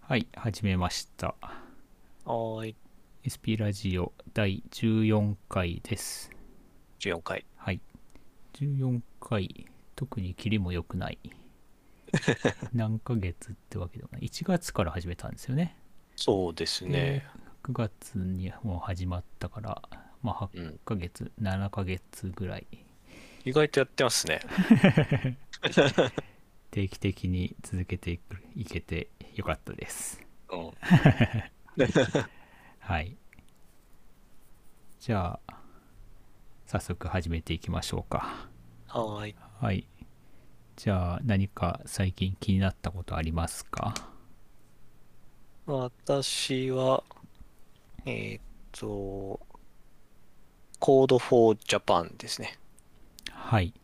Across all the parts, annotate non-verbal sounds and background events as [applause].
はい、始めました。はーい、 SP ラジオ第14回です。 14回。はい。14回、特にキリも良く [laughs] ない。何ヶ月ってわけでもない。1月から始めたんですよね。そうですね。 9月にもう始まったから、まあうん8ヶ月、7ヶ月ぐらい、意外とやってますね。定期的に続けていくいけてよかったです。うん。はい。じゃあ、早速始めていきましょうか。はーい。はい。じゃあ、何か最近気になったことありますか私は、えーっと、Code for Japan ですね。はい。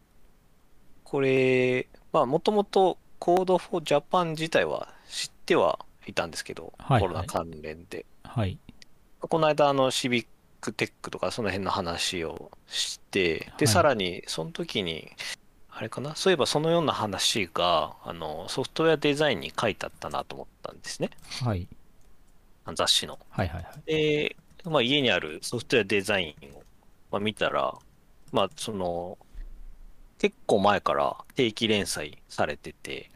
これ、まあ、もともと Code for Japan 自体は知ってはいたんですけど、はいコロナ関連で。はい。この間、あの、シビックテックとか、その辺の話をして、はで、いさらに、その時に、あれかな、そういえばそのような話が、あの、ソフトウェアデザインに書いてあったなと思ったんですね。はい。あの雑誌の。はいはいはい。で、まあ、家にあるソフトウェアデザインを、まあ、見たら、まあ、その、結構前から定期連載されてて、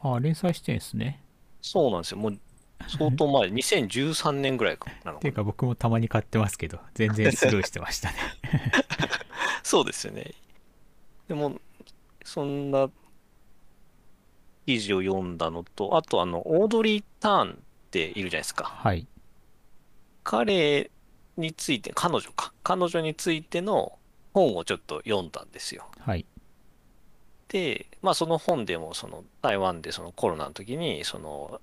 あ、連載してんすね。そうなんですよ。もう、相 [laughs] 当前、2013年ぐらいかなのてかいなうか、僕もたまに買ってますけど、全然スルーしてましたね。そうですよね。でも、そんな記事を読んだのと、あとあの、オードリー・ターンっているじゃないですか。 [laughs] はい。彼について、彼女か。彼女についての本をちょっと読んだんですよ。はい。で、まあその本でも、その台湾でそのコロナの時に、その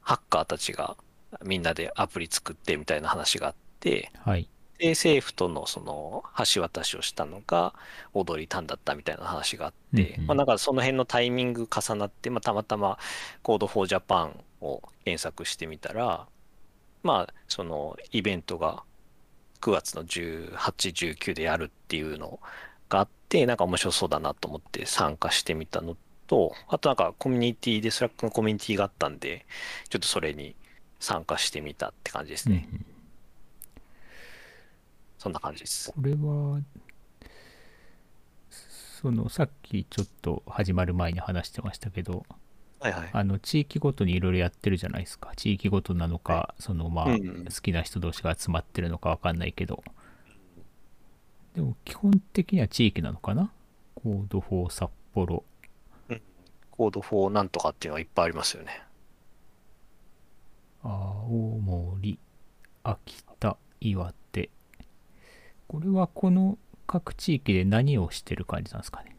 ハッカーたちがみんなでアプリ作ってみたいな話があって、はい。で、政府とのその橋渡しをしたのが、踊りたんだったみたいな話があって、うんうんまあなんかその辺のタイミング重なって、まあたまたま Code for Japan を検索してみたら、まあそのイベントが9月の18、19でやるっていうのがあって、なんか面白そうだなと思って参加してみたのと、あとなんかコミュニティで、スラックのコミュニティがあったんで、ちょっとそれに参加してみたって感じですうんうね。んそんな感じです。これは、その、さっきちょっと始まる前に話してましたけど、はいはい。あの地域ごとにいろいろやってるじゃないですか地域ごとなのか、そのまあ、うんうん好きな人同士が集まってるのかわかんないけどでも基本的には地域なのかなコード4札幌コード4なんとかっていうのはいっぱいありますよね。青森秋田岩手これはこの各地域で何をしてる感じなんですかね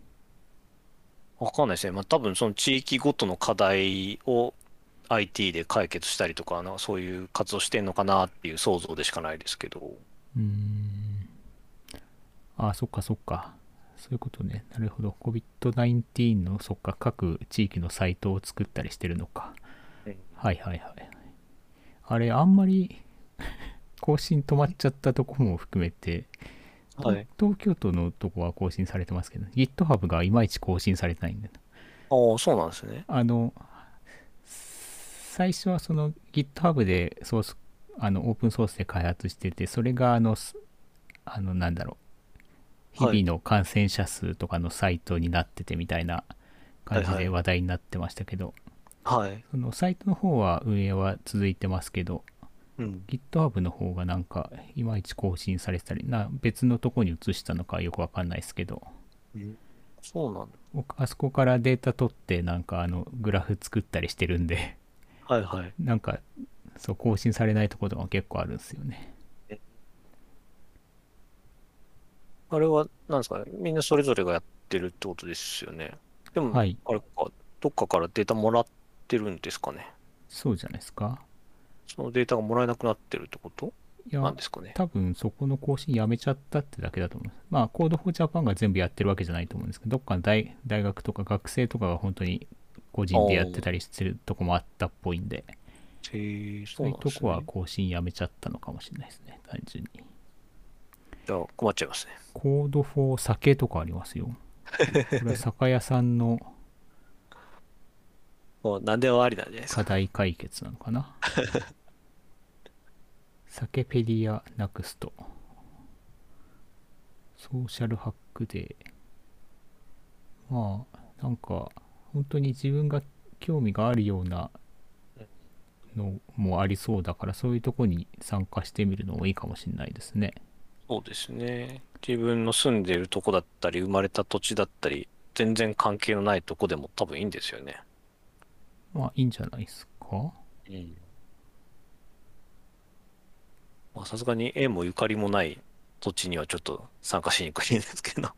わかんないですね。まあ多分その地域ごとの課題を IT で解決したりとか、なんかそういう活動してんのかなっていう想像でしかないですけど。うーんあそっかそっか。そういうことね。なるほど。COVID-19 の、そっか、各地域のサイトを作ったりしてるのか。うんはいはいはい。あれ、あんまり [laughs] 更新止まっちゃったとこも含めて、とはい。東京都のとこは更新されてますけど、GitHub がいまいち更新されてないんだよな。ああ、そうなんですね。あの、最初はその GitHub でソース、あの、オープンソースで開発してて、それがあの、すあの、なんだろう、はい日々の感染者数とかのサイトになっててみたいな感じはでいはい話題になってましたけど、はい。そのサイトの方は運営は続いてますけど、うん。 GitHub の方がなんか、いまいち更新されてたり、な別のとこに移したのかよくわかんないですけど、そうなんだ。僕あそこからデータ取って、なんかあの、グラフ作ったりしてるんで、はいはい。なんか、そう、更新されないところが結構あるんですよね。あれは、なんですかね。みんなそれぞれがやってるってことですよね。でも、はいあれか、どっかからデータもらってるんですかね。そうじゃないですか。そのデータがもらえなくなってるってこといなやんで、すかね。多分そこの更新やめちゃったってだけだと思います。まあ、Code for Japan が全部やってるわけじゃないと思うんですけど、どっかの大大学とか学生とかが本当に個人でやってたりしてるとこもあったっぽいんで、へーそそうういなうんとですこはね。更新やめちゃったのかもしれないですね、単純に。じゃあ困っちゃいますね。 Code for 酒とかありますよ。これは酒屋さんの、もう何でもありなんじゃないです課か。題解決なのかなサケペディアナクストソーシャルハックデーまあなんか本当に自分が興味があるようなのもありそうだからそういうとこに参加してみるのもいいかもしれないですねそうですね。自分の住んでるとこだったり、生まれた土地だったり、全然関係のないとこでも多分いいんですよね。まあいいんじゃないですかうん。まあさすがに縁もゆかりもない土地にはちょっと参加しにくいんですけど。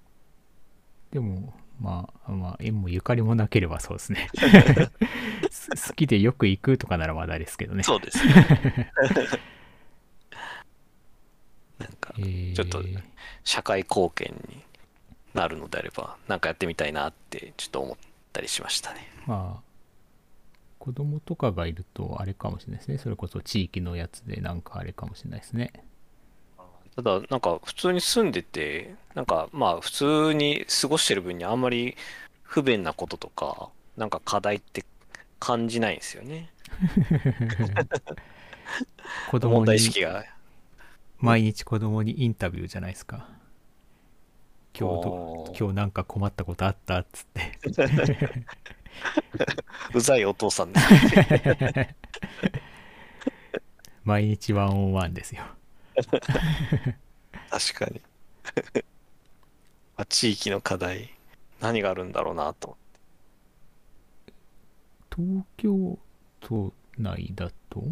でも、まあ、まあ、縁もゆかりもなければそうですね。 [laughs] す [laughs] 好きでよく行くとかならまだですけどね。 [laughs] そうですね。 [laughs] なんか、えーちょっと社会貢献になるのであれば、なんかやってみたいなって、ちょっと思ったりしましたね。まあ、子供とかがいるとあれかもしれないですね。それこそ地域のやつでなんかあれかもしれないです [laughs] ね。ただ、なんか、普通に住んでて、なんか、まあ、普通に過ごしてる分にあんまり不便なこととか、なんか課題って感じないんですよね。子供問題に意、識が。毎日子供にインタビューじゃないですか。今日おと、ー今日なんか困ったことあったっつって。 [laughs] うざいお父さ [laughs] んで。毎日ワンオンワンですよ。確かに。 [laughs] あ、地域の課題、何があるんだろうなと。東京都内だと、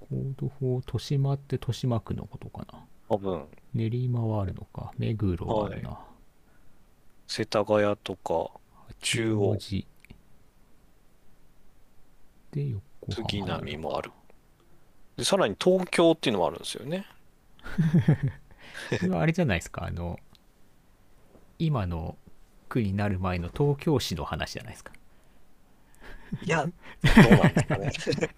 コード法豊島って豊島区のことかな。多分、練馬はあるのか、目黒はあるな、世田谷とか、中八央王子で、横浜。杉並もある。で、さらに東京っていうのもあるんですよね。これはあれじゃないですか、あの、今の区になる前の東京市の話じゃないですか。いや、どうなんですかね。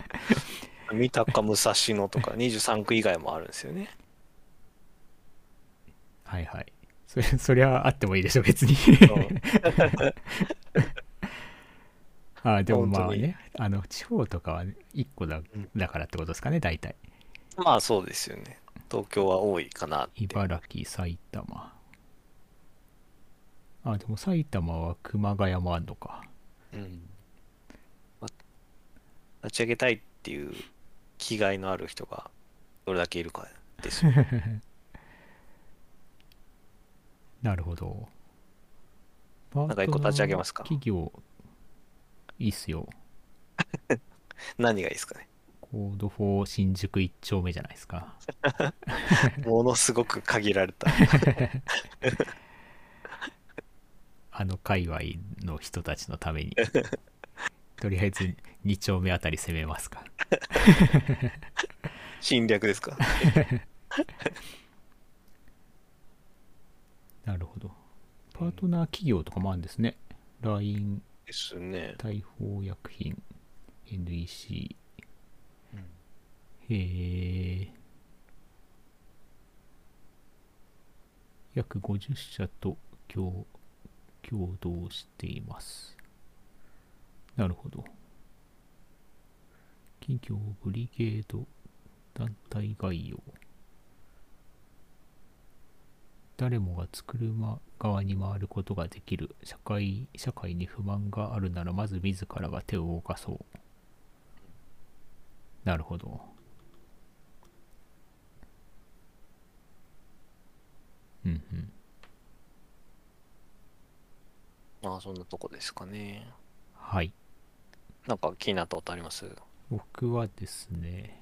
[laughs] 三鷹、武蔵野とか23区以外もあるんですよね。はいはい。それ、 [laughs] そりゃあってもいいでしょ、別に。 [laughs] ああ、でもまあ本当にね、あの、地方とかはね一個だうんだからってことですかね、大体。まあそうですよね。東京は多いかなって。茨城、埼玉。あ、でも埼玉は熊谷もあんのか。うんまあ立ち上げたいっていう気概のある人がどれだけいるかです [laughs] よね。なるほど。んか一個立ち上げますかパートナー企業、いいっすよ。何がいいですかね。コード4新宿1丁目じゃないですか。ものすごく限られた。あの界隈の人たちのため [laughs] に。とりあえず2丁目あたり攻めますか。侵略ですか。なるほど。パートナー企業とかもあるんですね。LINE、ですね。大砲薬品、NEC。うんへえ。約50社と共共同しています。なるほど。企業、ブリゲード、団体概要。誰もが作る側に回ることができる社会社会に不満があるならまず自らが手を動かそうなるほどうんうんまあそんなとこですかね。はいなんか気になったことあります僕はですね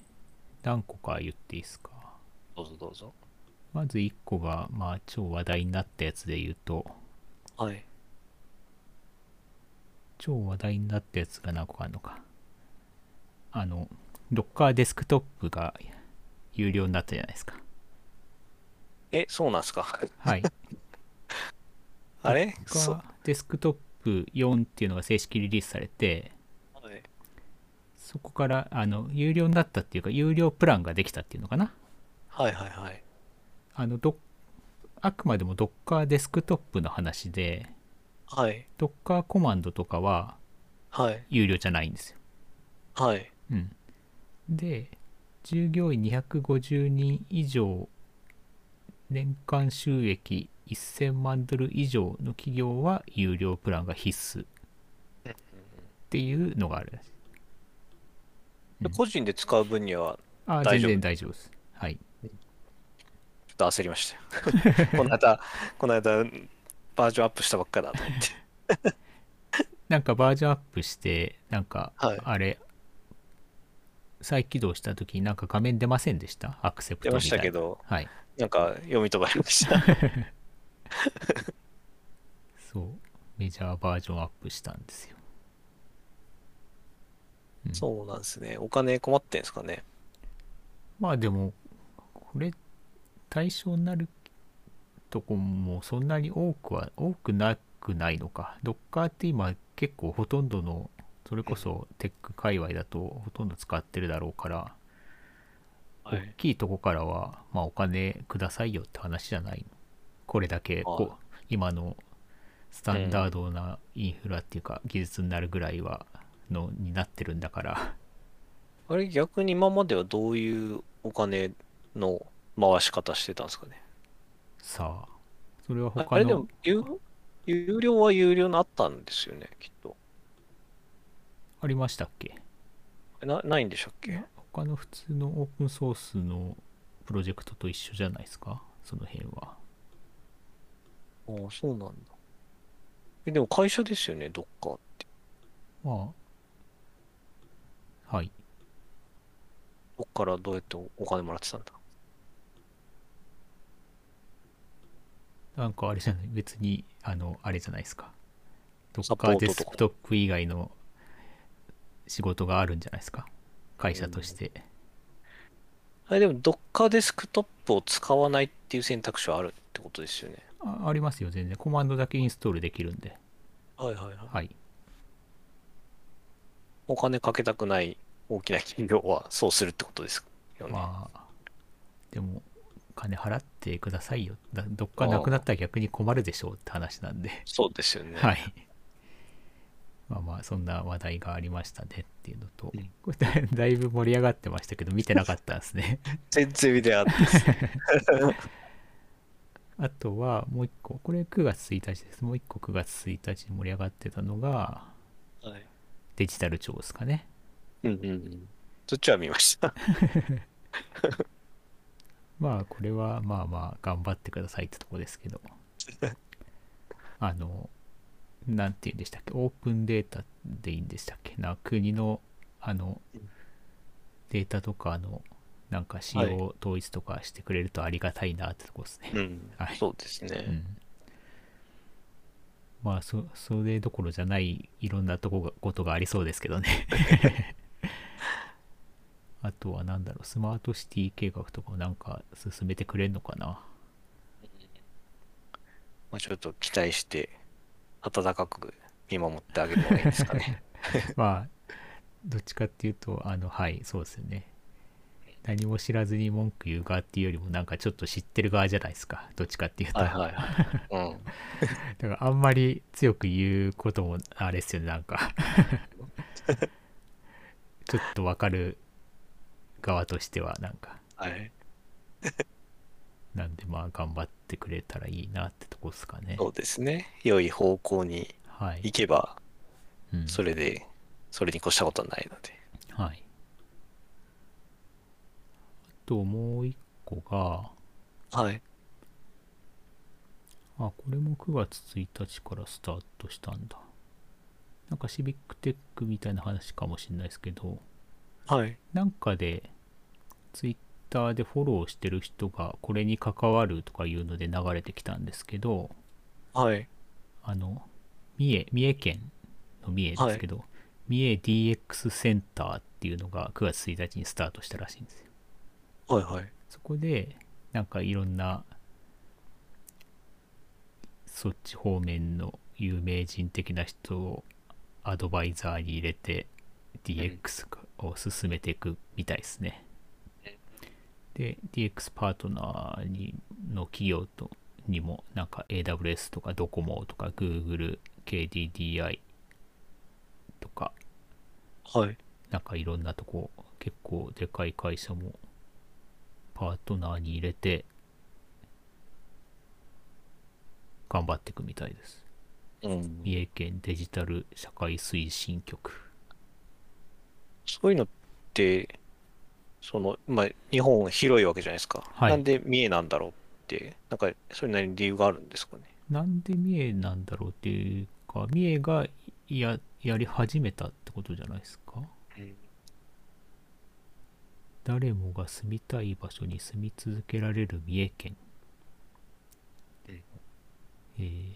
何個か言っていいですかどうぞどうぞ。まず1個がまあ超話題になったやつで言うとはい。超話題になったやつが何個かあるのかあのドッカーデスクトップが有料になったじゃないですかえ、そうなんですか。はいあれドッそカーデスクトップ4っていうのが正式リリースされてはいそこからあの有料になったっていうか有料プランができたっていうのかなはいはいはい。あのどあくまでも Docker デスクトップの話ではい。 Docker コマンドとかははい。有料じゃないんですよ。はい。うん、で従業員250人以上年間収益1000万ドル以上の企業は有料プランが必須っていうのがあるらしいうん個人で使う分には、あ全大丈夫然大丈夫です。はい。ちょっと焦りました [laughs] よ。この間、この間、バージョンアップしたばっかだと [laughs] 思って。なんかバージョンアップして、なんか、はいあれ、再起動した時になんか画面出ませんでしたアクセプ出トまみしたいたな。けど、はい。なんか読み飛ばしました。 [laughs] そう。メジャーバージョンアップしたんですよ。うんそうなんですね。お金困ってんですかね。まあでも、これ、対象になるとこもそんなに多くは、多くなくないのか。ドッカーって今結構ほとんどの、それこそテック界隈だとほとんど使ってるだろうから、は大。きいとこからは、まあ、お金くださいよって話じゃないのこれだけこあう今のスタンダードなインフラっていうか技術になるぐらいはのになってるんだからあれ、逆に今まではどういうお金の回し方してたんですかね。さあそれはあ他あれでもの有、有料は有料のあったんですよね、きっと。ありましたっけなないんでしたっけ他の普通のオープンソースのプロジェクトと一緒じゃないですかその辺はああ、そうなんだ。え、でも会社ですよね、どっかって。まあはいどっからどうやってお金もらってたんだ。なんかあれじゃない、別に、あの、あれじゃないですか。どっサポかートとかデスクトップ以外の仕事があるんじゃないですか。会社として。あれ、でも、どっかデスクトップを使わないっていう選択肢はあるってことですよね。あありますよ、全然。コマンドだけインストールできるんで。はいはいはい。はい。お金かけたくない大きな企業はそうするってことですよね。まあ、でも、金払ってくださいよ。だどっかなくなったら逆に困るでしょうって話なんで。そうですよね。は。い。まあまあ、そんな話題がありましたねっていうのとうん、これだ [laughs] だいぶ盛り上がってましたけど、見てなかったんですね。 [laughs] 全然見てなかったです。あとはもう一個、これ9月1日です。もう一個9月1日に盛り上がってたのがはい。デジタル庁ですかね。うんうんうん。そっちは見ました。 [laughs] まあこれはまあまあ頑張ってくださいってとこですけど。あの、なんて言うんでしたっけ、オープンデータでいいんでしたっけな、国のあのうんデータとかのなんか使は用統一とかしてくれるとありがたいなってとこですね。うん。はいそうですうね。んまあそそれどころじゃないいろんなとこがことがありそうですけど [laughs] ねあとは何だろうスマートシティ計画とかをなんか進めてくれるのかなまあ、ちょっと期待して、温かく見守ってあげるのがいいですかね。まあどっちかっていうとあのはいそうですよね何も知らずに文句言う側っていうよりもなんかちょっと知ってる側じゃないですかどっちかっていうと、 [laughs] はいはいはい。うん。だからあんまり強く言うこともあれですよねなん [laughs] かちょっとわかる側としてはなんかはい。なんでまあ頑張ってくれたらいいなってとこですかねそうですね。良い方向にはい行けば、うんそれで、それに越したことはないので。はいあともう一個がはい。あこれも9月1日からスタートしたんだなんかシビックテックみたいな話かもしれないですけどはい。なんかで、ツイッターでフォローしてる人が、これに関わるとかいうので流れてきたんですけど、はい。あの、三重、三重県の三重ですけど、三重 DX センターっていうのが9月1日にスタートしたらしいんですよ。はいはい。そこで、なんかいろんな、そっち方面の有名人的な人をアドバイザーに入れて DX を進めていくみたいですね。で、DX パートナーにの企業とにも、なんか AWS とかドコモとか Google、KDDI とか、はい。なんかいろんなとこ、結構でかい会社もパートナーに入れて、頑張っていくみたいです。うん、三重県デジタル社会推進局。そういうのって、その、まあ、日本広いわけじゃないですか。はいなんで三重なんだろうって、なんか、それなりに理由があるんですかね。なんで三重なんだろうっていうか、三重がややり始めたってことじゃないですか。誰もが住みたい場所に住み続けられる三重県。うんえー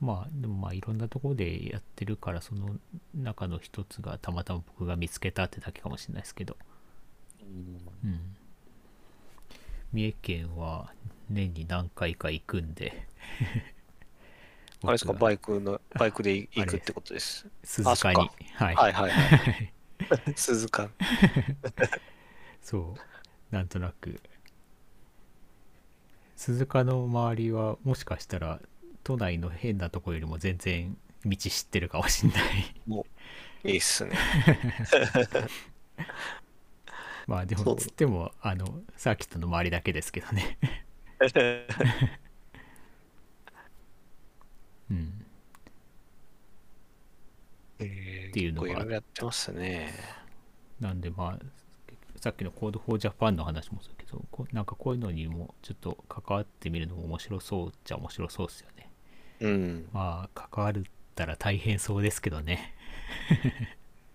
まあでもまあいろんなところでやってるからその中の一つがたまたま僕が見つけたってだけかもしれないですけど、うん、三重県は年に何回か行くんであれですか、僕がバイクの、バイ [laughs] クであ行くれってことです。鈴鹿あそにっかはい、はいはいはい。 [laughs] 鈴鹿。そうなんとなく鈴鹿の周りはもしかしたら都内の変なとこよりも全然道知ってるかもしんないもう、いいっ [laughs] すね。まあでそもうつってもあのサーキットの周りだけですけどねうんえーっていうのが結構いろいろやってますね。なんでまあさっきの Code for Japan の話もそうだけどこなんかこういうのにもちょっと関わってみるのも面白そうっちゃ面白そうですよねうん。まあ関わるったら大変そうですけどね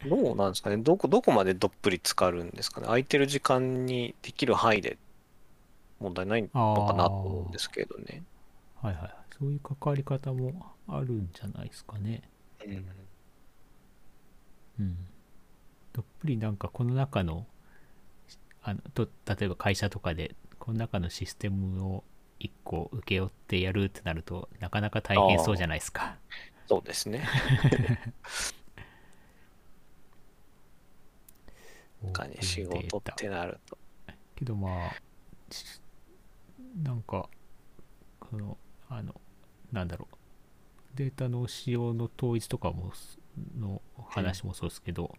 どうなんですかね。どこ、どこまでどっぷり浸かるんですかね。空いてる時間にできる範囲で問題ないのかなと思うんですけどね。はいはいはいそういう関わり方もあるんじゃないですかねうんうんどっぷりなんかこの中のあのと例えば会社とかでこの中のシステムを一個請け負ってやるってなるとなかなか大変そうじゃないですかそうですね。オープ他ンデに仕ー事っタてなると。けどまあしなんかこのあのなんだろうデータの仕様の統一とかもすの話もそうですけど、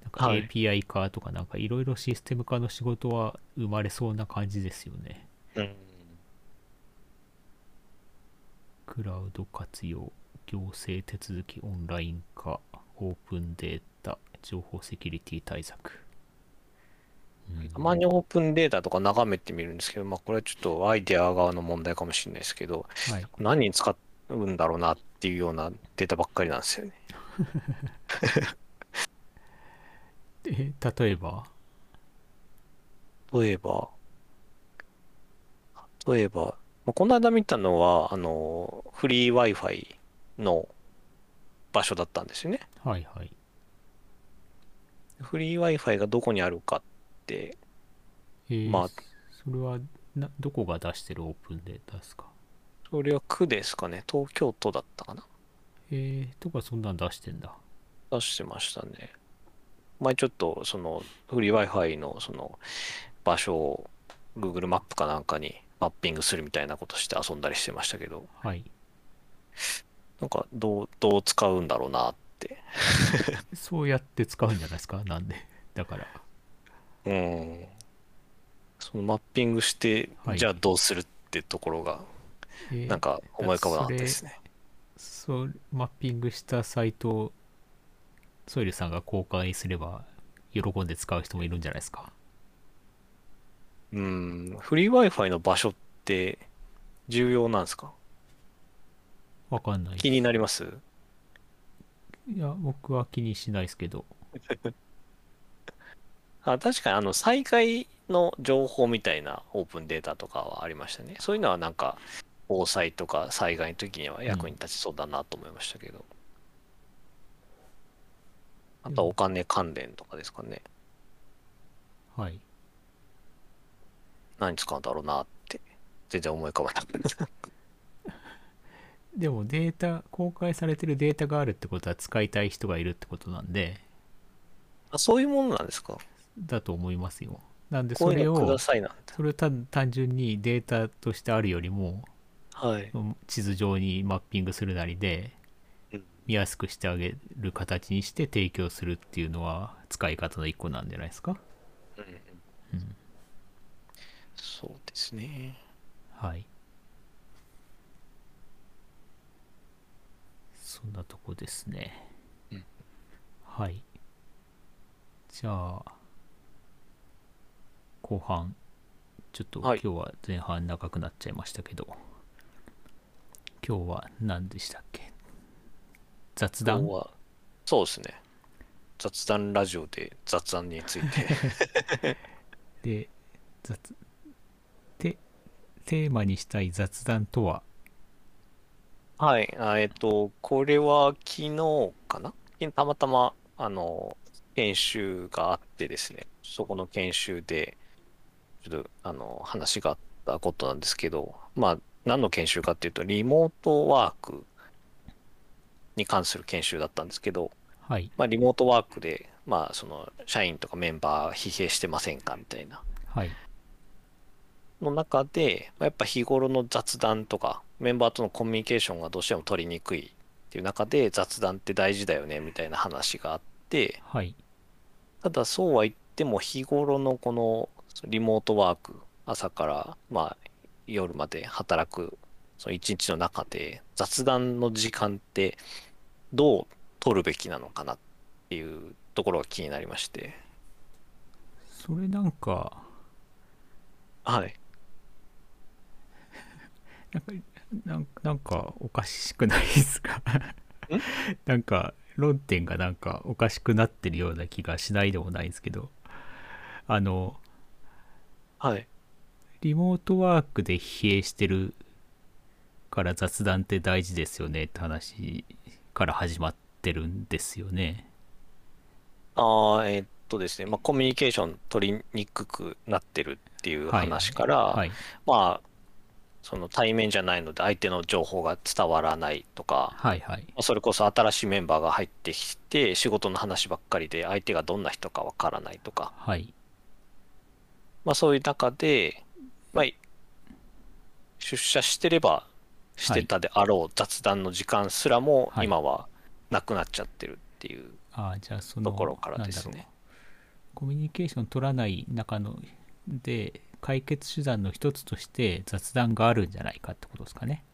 なんかはい API 化とかなんかいろいろシステム化の仕事は生まれそうな感じですよねうん。クラウド活用行政手続きオンライン化オープンデータ情報セキュリティ対策、うんたまにオープンデータとか眺めてみるんですけど、まあこれはちょっとアイデア側の問題かもしれないですけど、はい、何に使うんだろうなっていうようなデータばっかりなんですよね。で例えば例えば、例えば、まあこの間見たのは、あの、フリー Wi-Fi の場所だったんですよね。はいはいフリー Wi-Fi がどこにあるかって、えーまあそれはなどこが出してるオープンデータですかそれは区ですかね。東京都だったかな。えー、とかそんなん出してんだ。出してましたね。前ちょっと、その、フリー Wi-Fi のその場所を Google マップかなんかにマッピングするみたいなことして遊んだりしてましたけど、はい。なんかどう、どう使うんだろうなって。そうやって使うんじゃないですかなんで。だから。うん。そのマッピングして、はいじゃあどうするってところが、えーなんか思い浮かばなかったですね。そう、マッピングしたサイトをソイルさんが公開すれば喜んで使う人もいるんじゃないですか。うん。フリー Wi-Fi の場所って重要なんですかわかんない。気いになりますや、僕は気にしないですけど。あ、確かにあの、再開の情報みたいなオープンデータとかはありましたね。そういうのはなんか、防災とか災害の時には役に立ちそうだなと思いましたけど。あとはお金関連とかですかね。はい。何使うんだろうなって、全然思い浮かばなかった。でもデータ、公開されてるデータがあるってことは使いたい人がいるってことなんで、あ、そういうものなんですかだと思いますよ。なんでこそういれうのくをだ、さいなんて。それを単単純にデータとしてあるよりもはい。地図上にマッピングするなりでうん見やすくしてあげる形にして提供するっていうのは使い方の一個なんじゃないですかうんそうですね。はいそんなとこですね、うんはいじゃあ後半ちょっと今はい日は前半長くなっちゃいましたけど、今日は何でしたっけ雑今談日は、そうですね。雑談ラジオで雑談につい [laughs] て。で雑てテーマにしたい雑談とははい、あえっと、これは昨日かなたまたま、あの、研修があってですね、そこの研修で、ちょっと、あの、話があったことなんですけど、まあ、何の研修かっていうと、リモートワークに関する研修だったんですけど、はいまあ、リモートワークで、まあ、その、社員とかメンバー疲弊してませんかみたいな。はいの中で、まあやっぱ日頃の雑談とか、メンバーとのコミュニケーションがどうしても取りにくいっていう中で、雑談って大事だよねみたいな話があって、はいただそうは言っても、日頃のこのリモートワーク、朝からまあ夜まで働く、その一日の中で、雑談の時間ってどう取るべきなのかなっていうところが気になりまして。それなんかはい。なんか [laughs] なんなんかおかしくないですか [laughs] なんか論点がなんかおかしくなってるような気がしないでもないんですけどあのはい。リモートワークで疲弊してるから雑談って大事ですよねって話から始まってるんですよねああ、えーっとですね、まあ、コミュニケーション取りにくくなってるっていうはい話から、はいまあ、その対面じゃないので相手の情報が伝わらないとか、はいはいまあそれこそ新しいメンバーが入ってきて、仕事の話ばっかりで相手がどんな人かわからないとか、はいまあ、そういう中で、まあ、出社してればしてたであろう雑談の時間すらもはい今はなくなっちゃってるっていう、ああじゃあそのところからなんでだすろうねコミュニケーション取らない中ので解決手段の一つとして雑談があるんじゃないかってことですかね。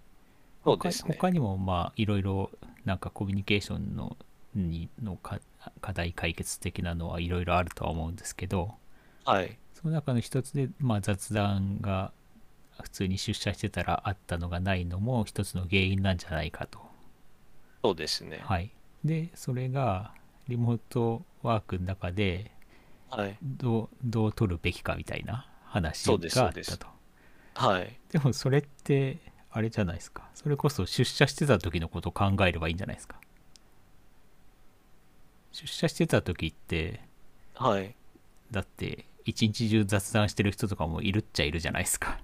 そうですね。他にもまあいろいろなんかコミュニケーションのにのか課題解決的なのはいろいろあるとは思うんですけどはい。その中の一つで、まあ、雑談が普通に出社してたらあったのがないのも一つの原因なんじゃないかと。そうですね。はい、でそれがリモートワークの中ではい。どうどう取るべきかみたいな話そうですがあっそたうでとはい。でもそれってあれじゃないですかそれこそ出社してた時のことを考えればいいんじゃないですか出社してた時って [laughs] はい。だって一日中雑談してる人とかもいるっちゃいるじゃないですか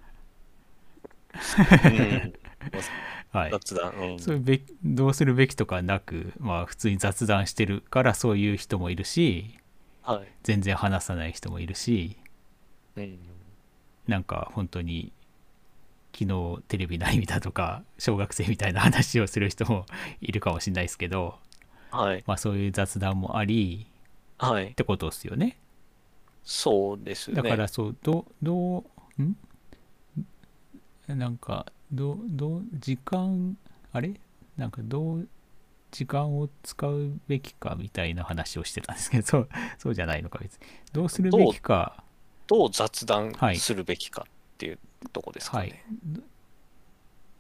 [laughs] はい雑談。うんそういうべきどうするべきとかなくまあ普通に雑談してるからそういう人もいるしはい。全然話さない人もいるしうんなんか本当に昨日テレビ何見たとか [laughs] 小学生みたいな話をする人もいるかもしれないですけど、はい。まあ、そういう雑談もありはいっ。てことですよね。そうですだね。からそうどうどうんなんかどうどう時間あれなんかどう時間を使うべきかみたいな話をしてたんですけどそうそうじゃないのか別にどうするべきかどう雑談はいするべきかっていうとこですかはい。ね。っ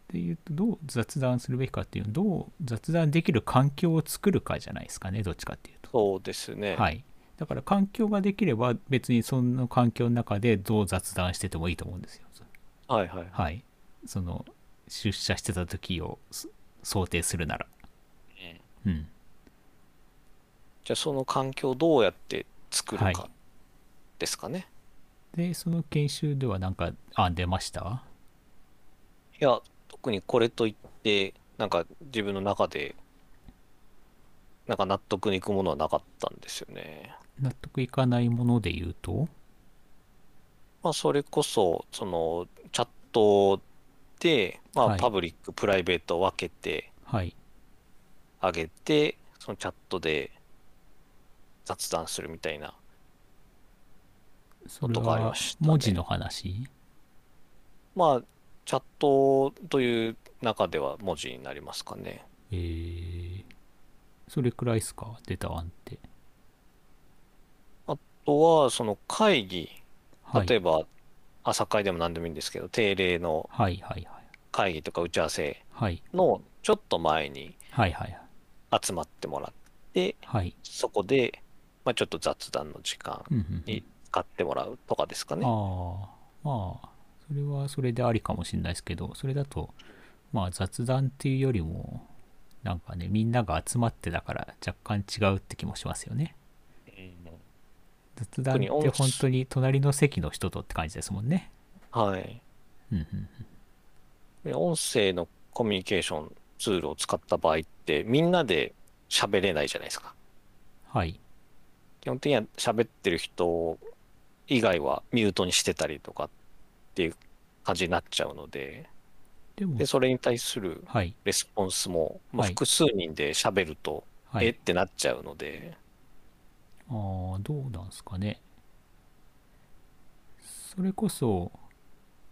ていうとどう雑談するべきかっていうのどう雑談できる環境を作るかじゃないですかねどっちかっていうと。そうですね。はい、だから環境ができれば別にその環境の中でどう雑談しててもいいと思うんですよ。はいはい。はい、その出社してた時をす想定するなら。うんうん、じゃあその環境をどうやって作はるいかですかね。でその研修ではなんかあ出ましたいや、特にこれといって、なんか自分の中で、なんか納得にいくものはなかったんですよね。納得いかないもので言うとまあ、それこそ、その、チャットで、まはあ、いパブリック、プライベートを分けて、はい上げて、そのチャットで雑談するみたいな。それことがありはましたね文字の話まあ、チャットという中では文字になりますかね。えー、それくらいっすか出た案って。あとは、その会議、はい。例えば、朝会でも何でもいいんですけど、定例のはいはいはい。会議とか打ち合わせはいのちょっと前にはいはい。集まってもらって、はい。そこで、まあ、ちょっと雑談の時間うんうんうんに使ってもらうとかですかね。ああ、まあ、それはそれでありかもしれないですけど、それだと、まあ雑談っていうよりも、なんかね、みんなが集まってだから若干違うって気もしますよね。雑談って特に音本当に隣の席の人とって感じですもんね。はい。うんうんうん。で音声のコミュニケーションツールを使った場合って、みんなで喋れないじゃないですか。はい。基本的には喋ってる人以外はミュートにしてたりとかっていう感じになっちゃうので、でもで、、それに対するはい。レスポンスも、まあはい複数人で喋ると、はえっい。てなっちゃうので、ああ、どうなんすかね。それこそ、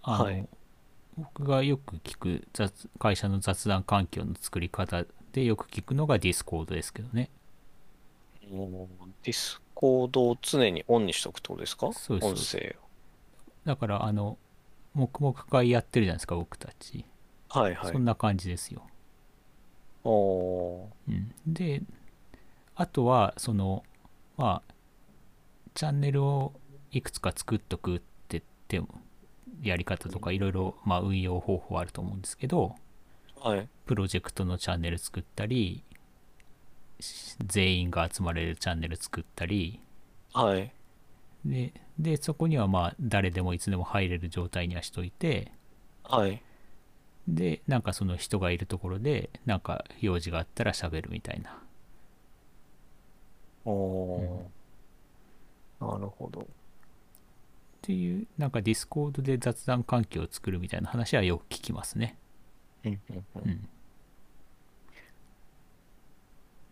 あの、はい僕がよく聞く雑会社の雑談環境の作り方でよく聞くのがディスコードですけどね。もうディスコードを常にオンにしとくってことですかそうです音声だから、あの、黙々会やってるじゃないですか、僕たち。を。はいはいそ。んな感じですよ。おーうん、で、あとは、その、まあ、チャンネルをいくつか作っとくって言っても、やり方とかいろいろ、まあ、運用方法あると思うんですけど、はい。プロジェクトのチャンネル作ったり、し全員が集まれるチャンネル作ったり、はい。で、で、そこにはまあ、誰でもいつでも入れる状態にはしといて、はい。でなんかその人がいるところでなんか用事があったら喋るみたいなおーなるほど。っていうなんかディスコードで雑談環境を作るみたいな話はよく聞きますねうんうんうんうん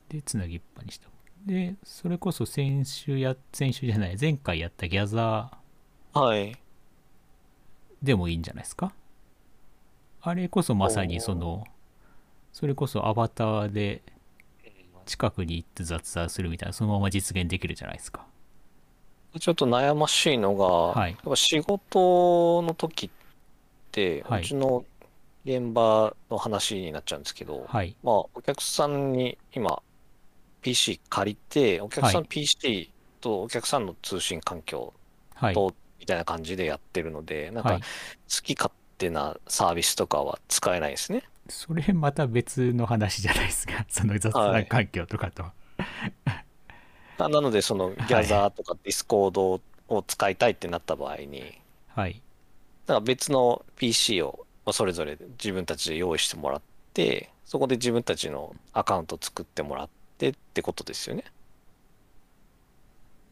でつなぎっぱにしたでそれこそ先週や先週じゃない前回やったギャザはい。ーでもいいんじゃないですかあれこそまさにそのそれこそアバターで近くに行って雑談するみたいなそのまま実現できるじゃないですかちょっと悩ましいのが、はいやっぱ仕事の時って、はいうちの現場の話になっちゃうんですけど、はいまあ、お客さんに今、PC 借りて、お客さはん PC とお客さんの通信環境はいと、みたいな感じでやってるので、なんはかい、好き勝手なサービスとかは使えないですね。それまた別の話じゃないですか [laughs] その雑談環境とかと、ななので、そのギャザーとかディスコードを使いたいってなった場合に、はいだから別の PC をまあそれぞれ自分たちで用意してもらって、そこで自分たちのアカウント作ってもらってってことですよね。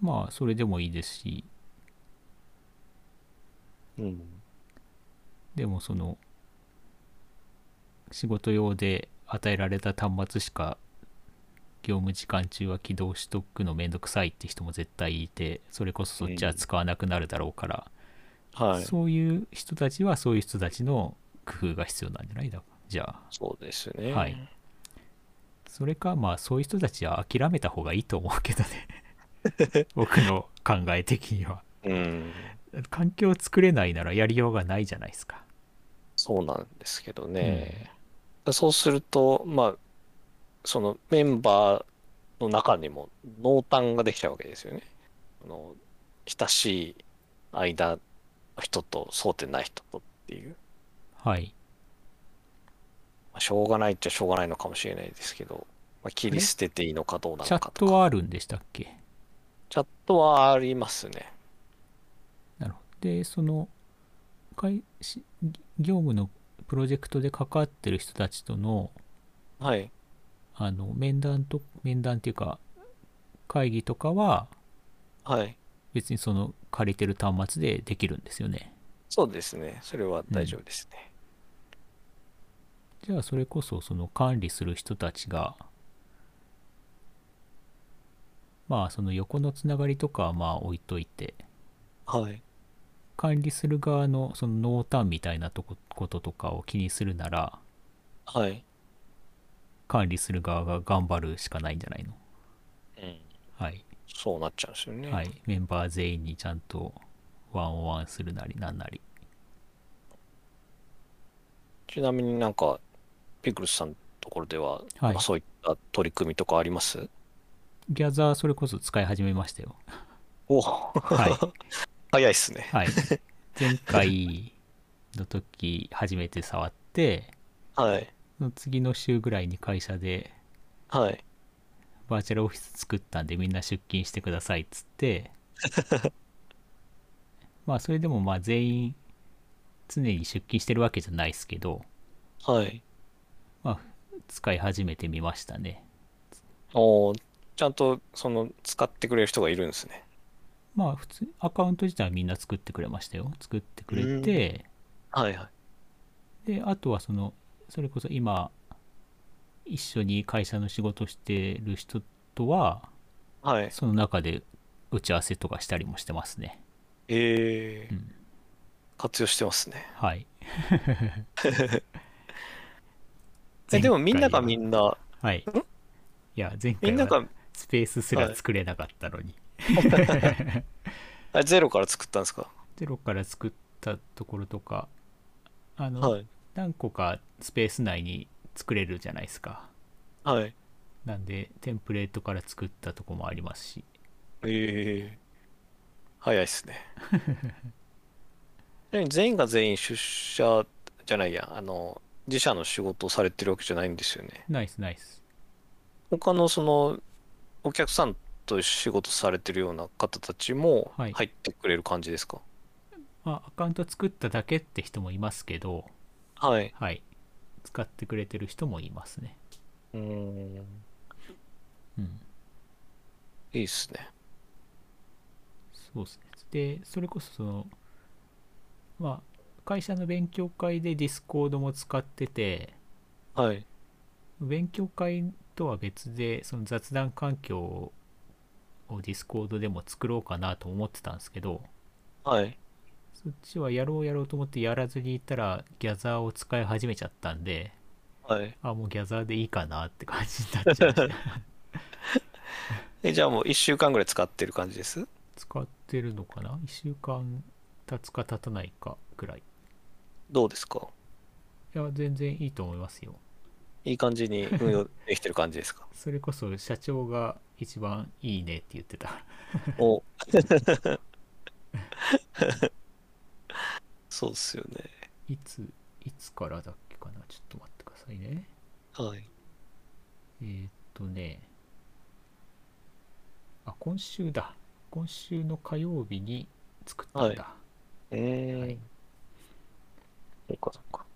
まあそれでもいいですしうん。でもその仕事用で与えられた端末しか業務時間中は起動しとくのめんどくさいって人も絶対いてそれこそそっちは使わなくなるだろうから、はい。そういう人たちはそういう人たちの工夫が必要なんじゃないだじゃあそうですね。はいそれかまあそういう人たちは諦めた方がいいと思うけどね [laughs] 僕の考え的にはうん。環境を作れないならやりようがないじゃないですかそうなんですけどね。そうすると、まあ、そのメンバーの中にも濃淡ができちゃうわけですよね。あの、親しい間の人とそうでない人とっていう。はいまあしょうがないっちゃしょうがないのかもしれないですけど、まあ、切り捨てていいのかどうなチのャかッとトか。はあるんでしたっけチャットはありますね。なるほどでその会し業務のプロジェクトで関わってる人たちとのはい。あの面談と面談っていうか会議とかははい。別にその借りてる端末でできるんですよねそうですね。それは大丈夫ですね。じゃあそれこそその管理する人たちがまあその横のつながりとかはまあ置いといてはい。管理する側のその濃淡みたいなとここととかを気にするならはい。管理する側が頑張るしかないんじゃないのうん。はい、そうなっちゃうんですよね。はい、メンバー全員にちゃんとワンオンワンするなりなんなりちなみになんか、ピクルスさんのところでは、はいまあそういった取り組みとかありますギャザーそれこそ使い始めましたよおお、はい [laughs] 早いっすね。はい [laughs] 前回の時初めて触ってはい。その次の週ぐらいに会社ではい。バーチャルオフィス作ったんでみんな出勤してくださいっつって [laughs] まあそれでもまあ全員常に出勤してるわけじゃないですけどはい。まあ使い始めてみましたねおーちゃんと、その、使ってくれる人がいるんですね。まあ普通アカウント自体はみんな作ってくれましたよ作ってくれてはいはい。であとはそのそれこそ今一緒に会社の仕事してる人とははい。その中で打ち合わせとかしたりもしてますねええうん活用してますね。はいえ、前回はでもみんながみんな、はい。いや、前み回んなはが、スペースすら作れなかったのに。あゼロから作ったんですかゼロから作ったところとか、あの、はい。何個かスペース内に作れるじゃないですか。はい。なんで、テンプレートから作ったとこもありますし。ええ早いっす [laughs] ね。ちなみに全員が全員出社じゃないや、あの、自社の仕事をされてるわけじゃないんですよね。ナイスナイス。他のその、お客さんと仕事されてるような方たちもはい入ってくれる感じですかまあ、アカウント作っただけって人もいますけど、はい。はい。使ってくれてる人もいますね。うーん、うん。いいっすね。そうですね。で、それこそその、まあ、会社の勉強会でディスコードも使ってて、はい。勉強会とは別でその雑談環境をディスコードでも作ろうかなと思ってたんですけどはい。そっちはやろうやろうと思ってやらずにいたらギャザーを使い始めちゃったんではい。あもうギャザーでいいかなって感じになっちゃいましたえ、じゃあもう1週間ぐらい使ってる感じです使ってるのかな1週間経つか経たないかぐらいどうですかいや全然いいと思いますよいい感じに運用できてる感じですかそれこそ社長が一番いいねって言ってた [laughs] お [laughs] そうっすよね。いついつからだっけかなちょっと待ってくださいねはい。えーっとね、あ、今週だ。今週の火曜日に作ったんだ。えははいい、そうかそうか。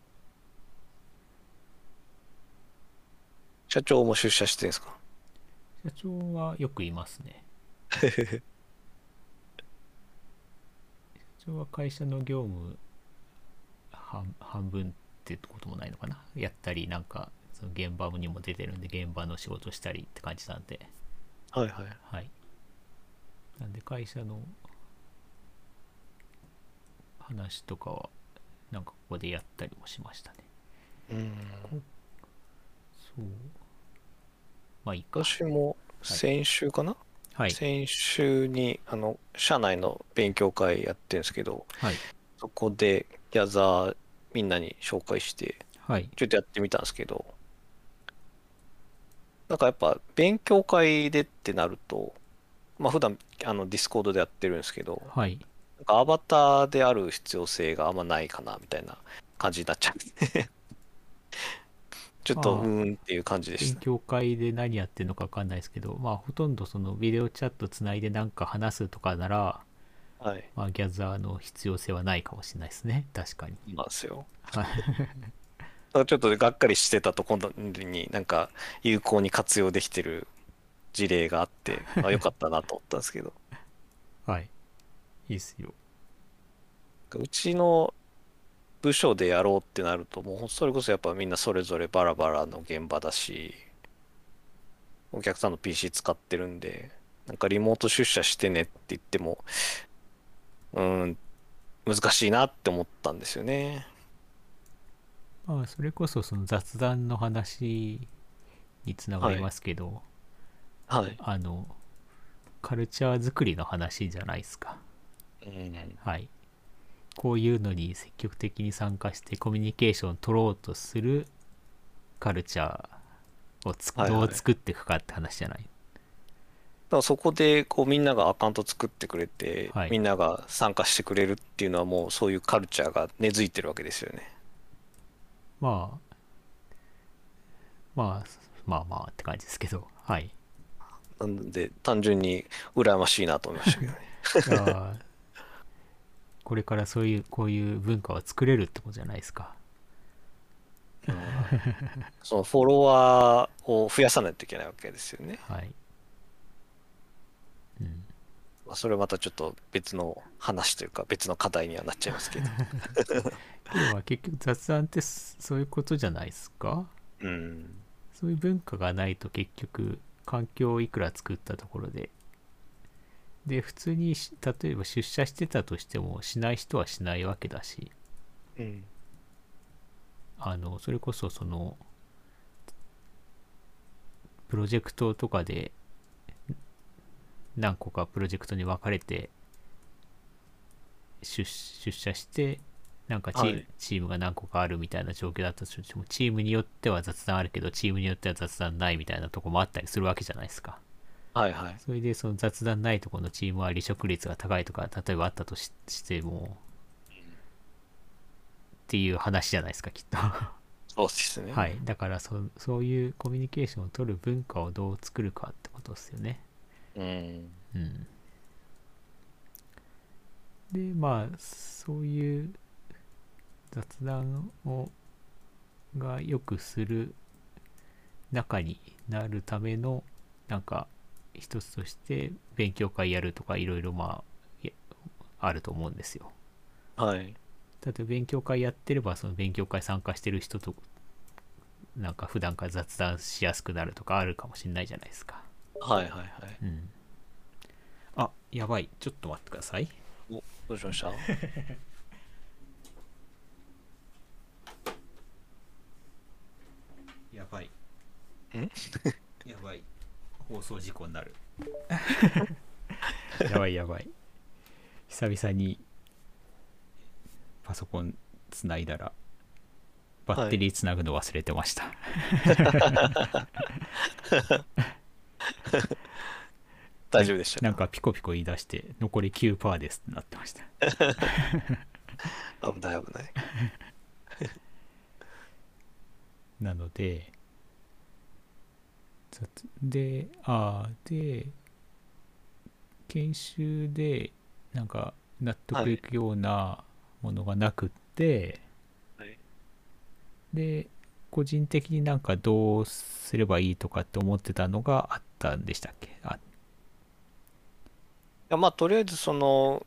社長も出社してるんですか社長はよくいます [laughs] ね。社長は会社の業務半半分ってこともないのかな。やったり、なんか、その現場にも出てるんで、現場の仕事したりって感じなんで。はいはい。はい。なんで会社の話とかは、なんかここでやったりもしましたね。うん。そう。まあいいか。私も先週かな、はい。先週に、あの、社内の勉強会やってるんですけど、はい。そこでギャザーみんなに紹介して、はい。ちょっとやってみたんですけど、なんかやっぱ勉強会でってなると、まあ普段あのディスコードでやってるんですけど、はい。なんかアバターである必要性があんまないかなみたいな感じになっちゃう。 [laughs] ちょっとあうあーんっていう感じでし勉た。強会で何やってるのか分かんないですけど、まあほとんどそのビデオチャットつないでなんか話すとかなら、はい。まあギャザーの必要性はないかもしれないですね。確かに。そうなんですよ。はい。だからちょっとがっかりしてたところになんか有効に活用できてる事例があって、あ、よかったなと思ったんですけど。はい。いいっすよ。うちの部署でやろうってなると、もうそれこそやっぱみんなそれぞれバラバラの現場だし、お客さんの PC 使ってるんで、なんかリモート出社してねって言っても、うん、難しいなって思ったんですよね。まあそれこそその雑談の話につながりますけど、はい。あのカルチャー作りの話じゃないですかうん、はいこういうのに積極的に参加してコミュニケーションを取ろうとするカルチャーをつはいはいどう作っていくかって話じゃない、だからそこでこうみんながアカウント作ってくれて、はいみんなが参加してくれるっていうのはもうそういうカルチャーが根付いてるわけですよね。まあまあまあまあって感じですけどはいなので単純に羨ましいなと思いましたけどね。いやーこれからそういうこういう文化を作れるってことじゃないですかそのフォロワーを増やさないといけないわけですよね。はい、うん、まあ、それはまたちょっと別の話というか別の課題にはなっちゃいますけ [laughs] ど。要は結局雑談ってそそういうことじゃないですかうん。そういう文化がないと結局環境をいくら作ったところでで普通にし例えば出社してたとしてもしない人はしないわけだしうん。あのそれこそそのプロジェクトとかで何個かプロジェクトに分かれて出出社してなんかチー,、はいチームが何個かあるみたいな状況だったとしてもチームによっては雑談あるけどチームによっては雑談ないみたいなとこもあったりするわけじゃないですか。はいはい。それでその雑談ないとこのチームは離職率が高いとか例えばあったとししてもっていう話じゃないですかきっと。そうですね。はい、だからそそういうコミュニケーションを取る文化をどう作るかってことですよね。うん。うん、でまあそういう雑談をがよくする中になるためのなんか一つとして勉強会やるとかいろいろまあやあると思うんですよ。はい。例えば勉強会やってればその勉強会参加してる人となんか普段から雑談しやすくなるとかあるかもしれないじゃないですかはいはいはい。うんあやばいちょっと待ってくださいお、どうしましたやばいんやばい放送事故になる [laughs] やばいやばい久々にパソコンつないだらバッテリーつなぐの忘れてました、大丈夫でしたなんかピコピコ言い出して残り9%ですってなってました危ない危ない。なので、雑で、あーで、研修で、なんか、納得いくようなものがなくって、はいで、個人的になんかどうすればいいとかって思ってたのがあったんでしたっけあいやまあとりあえずその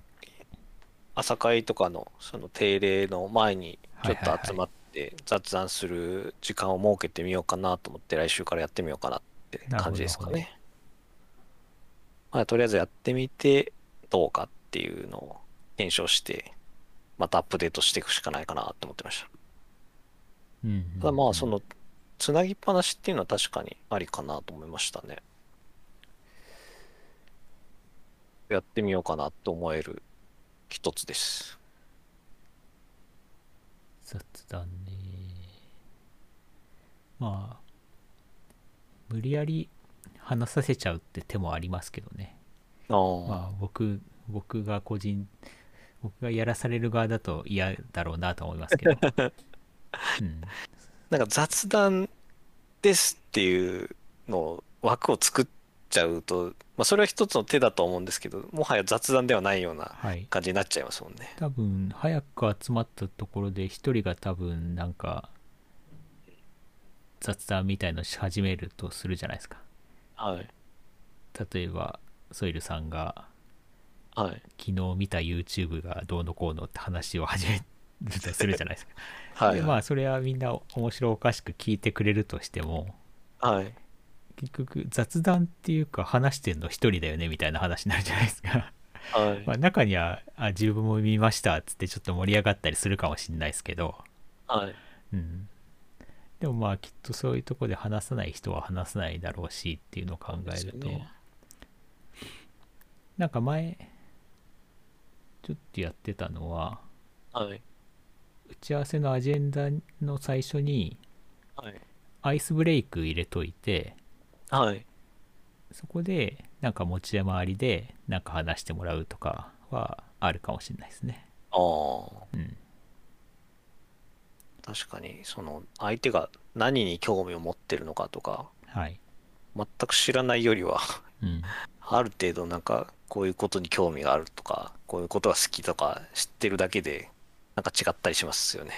朝会とかのその定例の前にちょっと集まって雑談する時間を設けてみようかなと思って来週からやってみようかなって感じですなかるほどなるね。まあとりあえずやってみてどうかっていうのを検証してまたアップデートしていくしかないかなと思ってました。うんうんうんただまあそのつなぎっぱなしっていうのは確かにありかなと思いましたね。やってみようかなと思える一つです。雑談ねまあ無理やり話させちゃうって手もありますけどねあーまあ僕僕が個人僕がやらされる側だと嫌だろうなと思います [laughs] けど、うん、なんか雑談ですっていうのを枠を作っちゃうと、まあ、それは一つの手だと思うんですけど、もはや雑談ではないようなはい感じになっちゃいますもんね。多分早く集まったところで一人が多分なんか雑談みたいのし始めるとするじゃないですかはい。例えばソイルさんがはい。昨日見た YouTube がどうのこうのって話を始めるとするじゃないですか。はい。でまあそれはみんな面白おかしく聞いてくれるとしてもはい。結局雑談っていうか話してんの一人だよねみたいな話になるじゃないです [laughs] かはいまあ中にはあ自分も見ましたっつってちょっと盛り上がったりするかもしれないですけど、はいうん、でもまあきっとそういうとこで話さない人は話さないだろうしっていうのを考えそうるでと、すよねなんか前ちょっとやってたのははい打ち合わせのアジェンダの最初にはいアイスブレイク入れといてはいそこでなんか持ち回りでなんか話してもらうとかはあるかもしれないですね。ああうん、確かにその相手が何に興味を持ってるのかとかはい、全く知らないよりは [laughs] うん、ある程度なんかこういうことに興味があるとかこういうことが好きとか知ってるだけでなんか違ったりしますよね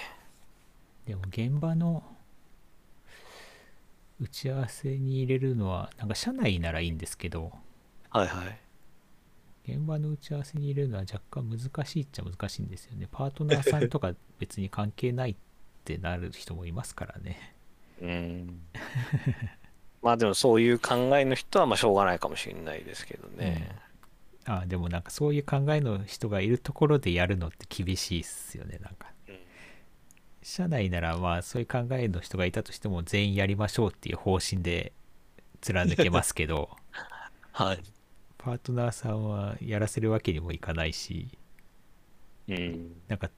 でも現場の打ち合わせに入れるのはなんか社内ならいいんですけどはいはい現場の打ち合わせに入れるのは若干難しいっちゃ難しいんですよねパートナーさんとか別に関係ないってなる人もいますからね [laughs] うーんまあでもそういう考えの人はまあしょうがないかもしれないですけどね、あでもなんかそういう考えの人がいるところでやるのって厳しいっすよねなんかうん社内ならまあそういう考えの人がいたとしても全員やりましょうっていう方針で貫けますけどはい、 [laughs] パートナーさんはやらせるわけにもいかないしうん、なんか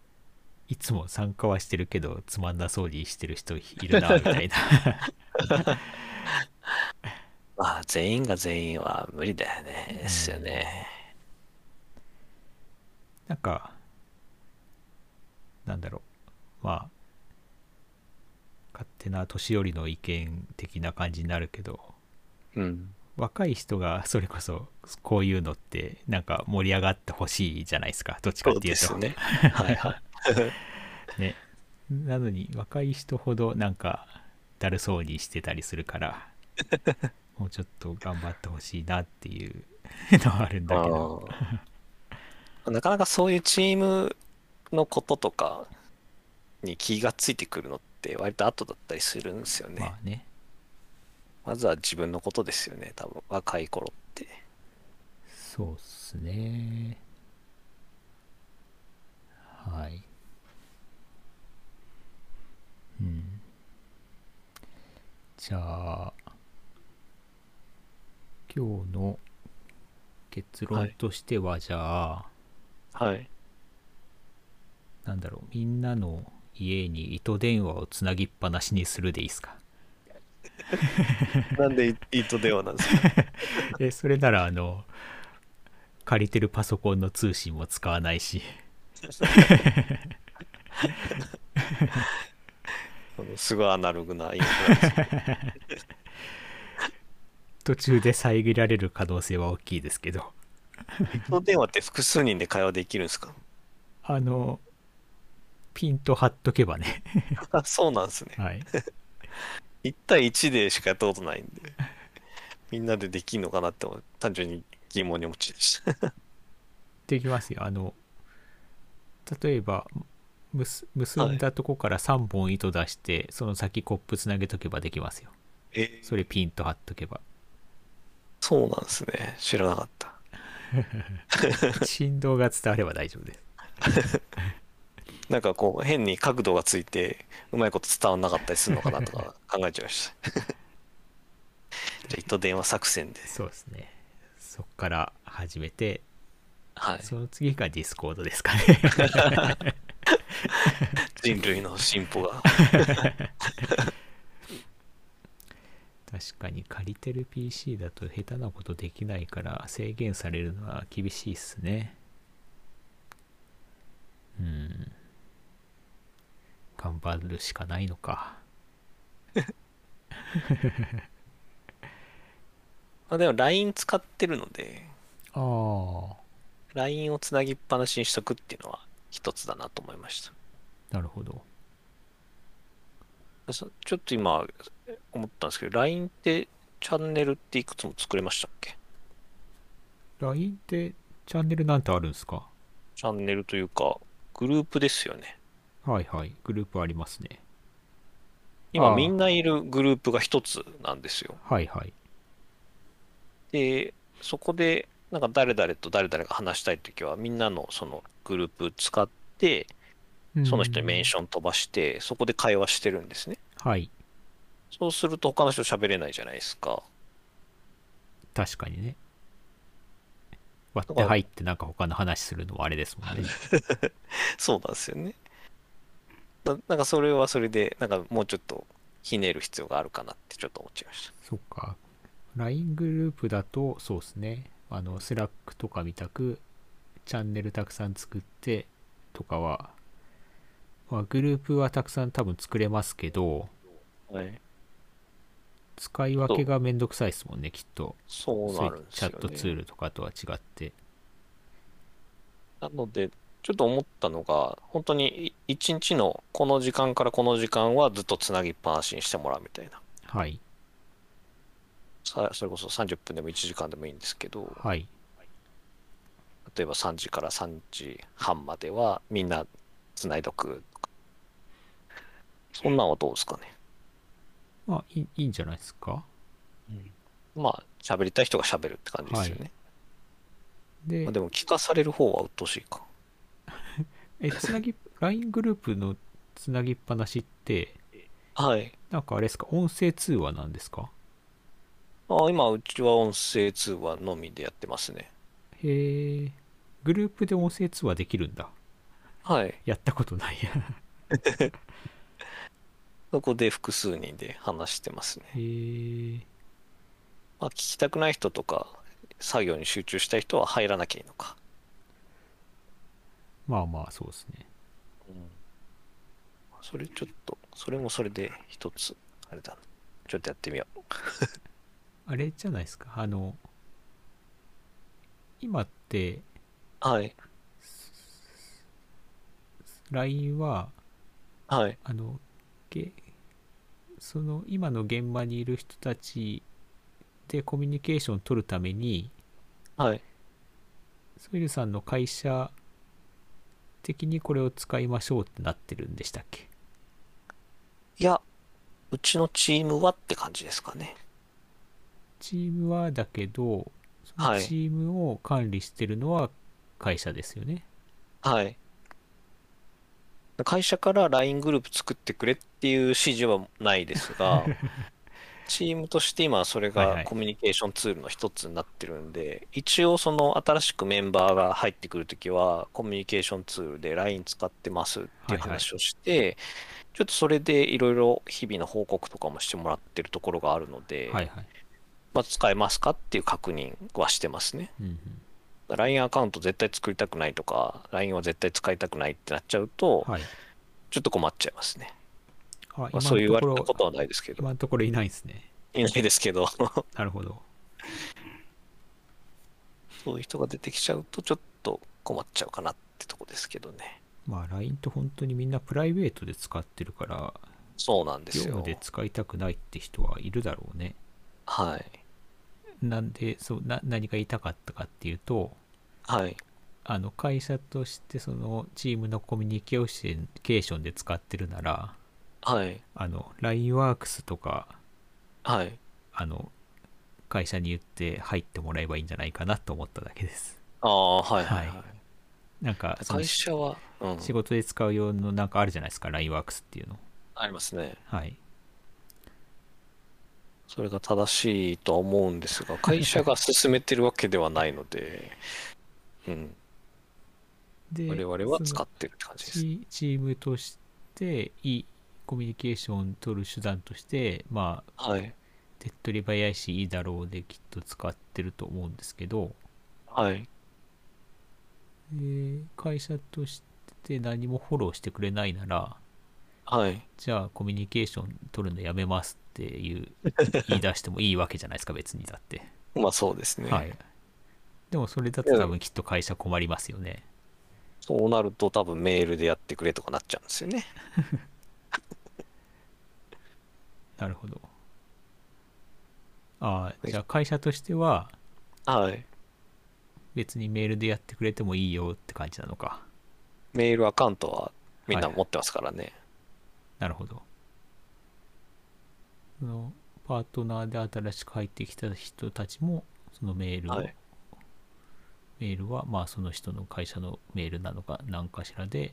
いつも参加はしてるけどつまんなそうにしてる人いるなみたい [laughs] なまあ全員が全員は無理だよねですよねなんかなんだろうまあ勝手な年寄りの意見的な感じになるけどうん若い人がそれこそこういうのってなんか盛り上がってほしいじゃないですかどっちかっそうていでうとすね [laughs] はいはいねなのに若い人ほどなんかだるそうにしてたりするからもうちょっと頑張ってほしいなっていうのはあるんだけどあーな [laughs] かなかそういうチームのこととかに気がついてくるのって割と後だったりするんですよね。まあねまずは自分のことですよね、多分若い頃って。そうっすねはいうんじゃあ今日の結は論いとしてはじゃあ、はい。なんだろうみんなの家に糸電話をつなぎっぱなしにするでいいですか [laughs] なんで糸電話な [laughs] んですか [laughs] えそれならあの借りてるパソコンの通信も使わないしすごいアナログなインフラで [laughs] すね途中で遮られる可能性は大きいですけど糸電話って複数人で会話できるんですか [laughs] あのピンと貼っとけばねあそうなんですね。はい1対1でしかやったことないんで、みんなでできるのかなって思単純に疑問に思っちゃいま [laughs] した。できますよあの例えばむす結んだとこから3本糸出して、その先コップつなげとけばできますよえそれピンと貼っとけばそうなんですね。知らなかった。振動が伝われば大丈夫ですなんかこう変に角度がついてうまいこと伝わんなかったりするのかなとか考えちゃいました [laughs] じゃあ糸電話作戦でそうですね。そっから始めて、はいその次がディスコードですかね。人類の進歩が確かに借りてる PC だと下手なことできないから制限されるのは厳しいっすね。うん。頑張るしかないのか。まあでも LINE 使ってるのでああ、 LINE をつなぎっぱなしにしとくっていうのは一つだなと思いましたなるほど。そちょっと今思ったんですけど LINE ってチャンネルっていくつも作れましたっけ LINE ってチャンネルなんてあるんですかチャンネルというかグループですよねはいはい。グループありますね。あ今あみんないるグループが一つなんですよはいはい。で、そこで、なんか誰々と誰々が話したいときは、みんなのそのグループ使って、その人にメンシション飛ばして、そこで会話してるんですね。ョン。はい。そうすると他の人喋れないじゃないですか。確かにね。割っだかてら入ってなんか他の話するのはあれですもんね。そうなんですよね。ななんかそれはそれで、なんかもうちょっとひねる必要があるかなってちょっと思っちゃいました。そっか。LINE グループだと、そうですね。あの、スラックとかみたく、チャンネルたくさん作ってとかは、まあ、グループはたくさん多分作れますけど、はい、使い分けがめんどくさいですもんね、きっと。そうなるんですチよャねッ。トツールとかとは違って。なので、ちょっと思ったのが、本当にい一日のこの時間からこの時間はずっとつなぎっぱなしにしてもらうみたいな。はい。さそれこそ30分でも1時間でもいいんですけど、はい。例えば3時から3時半まではみんなつないどくとか。そんなんはどうですかね。まあ、いいいいんじゃないですか。まあ、喋りたい人が喋るって感じですよね。でまあ、、でも聞かされる方は鬱陶しいか。え、つ [laughs] なぎ、LINE グループのつなぎっぱなしって、はい。なんかあれですか、音声通話なんですかあ今、うちは音声通話のみでやってますね。へえ、グループで音声通話できるんだ。はい。やったこと [laughs] ないや。そこで複数人で話してますね。へえ、まあ、聞きたくない人とか、作業に集中したい人は入らなきゃいいのか。まあまあ、そうですね。それちょっと、それもそれで一つ、あれだな。ちょっとやってみよう。あれじゃないですか、あの、今って、はい。 LINE は、はい。あの、げその、今の現場にいる人たちでコミュニケーションを取るために、はい。ソイルさんの会社的にこれを使いましょうってなってるんでしたっけいや、うちのチームはって感じですかね。チームはだけど、そはのいチームを管理してるのは会社ですよね。はい。会社から LINE グループ作ってくれっていう指示はないです [laughs] が、チームとして今それはいはがいコミュニケーションツールの一つになってるんで、一応その新しくメンバーが入ってくるときは、コミュニケーションツールで LINE 使ってますっていう話をして、ちょっとそれでいろいろ日々の報告とかもしてもらってるところがあるので、はいはい。まあ使えますかっていう確認はしてますね。うんうん LINE アカウント絶対作りたくないとか、LINE は絶対使いたくないってなっちゃうと、はい。ちょっと困っちゃいますね。あまあ、そう言われたことろ、はないですけど、今のところいないですね。いないですけど、 [laughs] なるほど。そういう人が出てきちゃうと、ちょっと困っちゃうかなってとこですけどね。まあ LINE って本当にみんなプライベートで使ってるから、そうなんです業よ務。で使いたくないって人はいるだろうね。はい。なんで、そうな何が言いたかったかっていうと、はい。あの会社としてそのチームのコミュニケーションケーションで使ってるならはい。あの LINEWORKS とかはい。あの会社に言って入ってもらえばいいんじゃないかなと思っただけですああ、はいはい、は。はいなんかその会社は、うん、仕事で使う用のなんかあるじゃないですか LINEWORKS っていうのありますね。はいそれが正しいとは思うんです [laughs] が、会社が進めてるわけではないので、うん、で我々はそ使のってるって感じです。チチームとしていいコミュニケーション取る手段としてまあはい。手っ取り早いしいいだろうできっと使ってると思うんですけど、はい。で会社として何もフォローしてくれないならはい。じゃあコミュニケーション取るのやめますって [laughs] いう言い出してもいいわけじゃないですか別にだって、まあそうですね。はいでもそれだと多分きっと会社困りますよねそうなると多分メールでやってくれとかなっちゃうんですよね。なるほどああじゃあ会社としてははい。別にメールでやってくれてもいいよって感じなのかメールアカウントはみんな持ってますからね。なるほどそのパートナーで新しく入ってきた人たちもそのメールを、はいメールはまあその人の会社のメールなのか何かしらで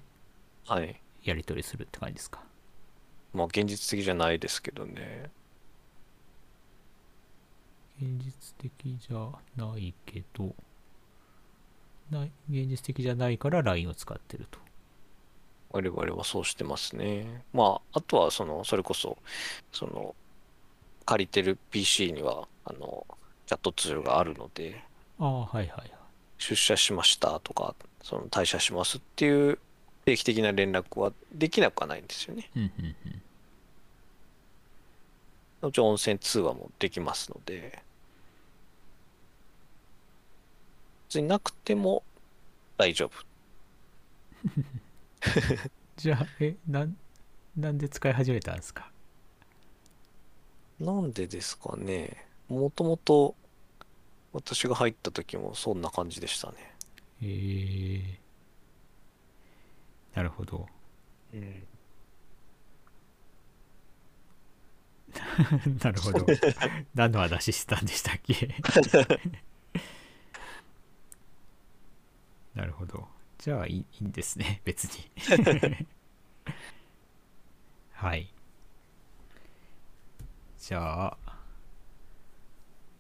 はい。やり取りするって感じですかまあ現実的じゃないですけどね。現実的じゃないけどない現実的じゃないから LINE を使ってると我々はそうしてますね。まあ、あとは、その、それこそ、その、借りてる PC には、あの、チャットツールがあるので、ああはいはいはい出社しましたとか、その退社しますっていう定期的な連絡はできなくはないんですよね。うんうんうんもちろん温泉通話もできますので、別になくても大丈夫。じゃあえなんなんで使い始めたんですかなんでですかね。もともと私が入った時もそんな感じでしたね。えー、なるほどうん、 [laughs] なるほど何の話してたんでしたっけなるほどじゃあいいいいんですね [laughs] 別にはいじゃあ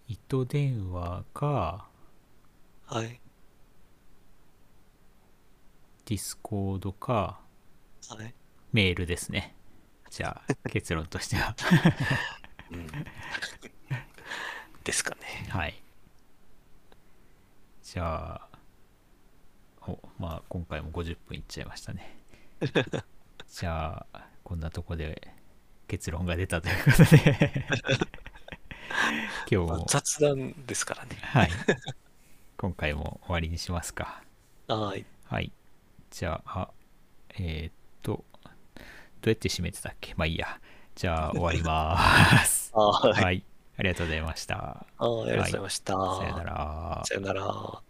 糸電話かはい。ディスコードかはい。メールですねじゃあ結論としてはうん、ですかね。はい。じゃあ、お、まあ今回も50分いっちゃいましたね。 [laughs] じゃあ、こんなとこで結論が出たということで、 [laughs] 今日まあも、雑談ですからね。 [laughs] はい。今回も終わりにしますか。はい。はい。じゃあ、えーっと、どうやって締めてたっけまあいいや。じゃあ終わります。 [laughs] はい。はい。ありがとうございました。はいありがとうございました。さよなら。さよなら。